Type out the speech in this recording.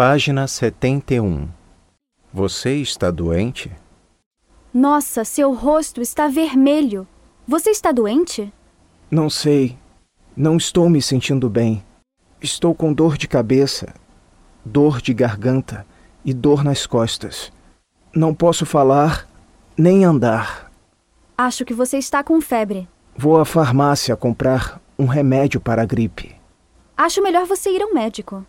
Página 71. Você está doente? Nossa, seu rosto está vermelho. Você está doente? Não sei. Não estou me sentindo bem. Estou com dor de cabeça, dor de garganta e dor nas costas. Não posso falar nem andar. Acho que você está com febre. Vou à farmácia comprar um remédio para a gripe. Acho melhor você ir ao médico.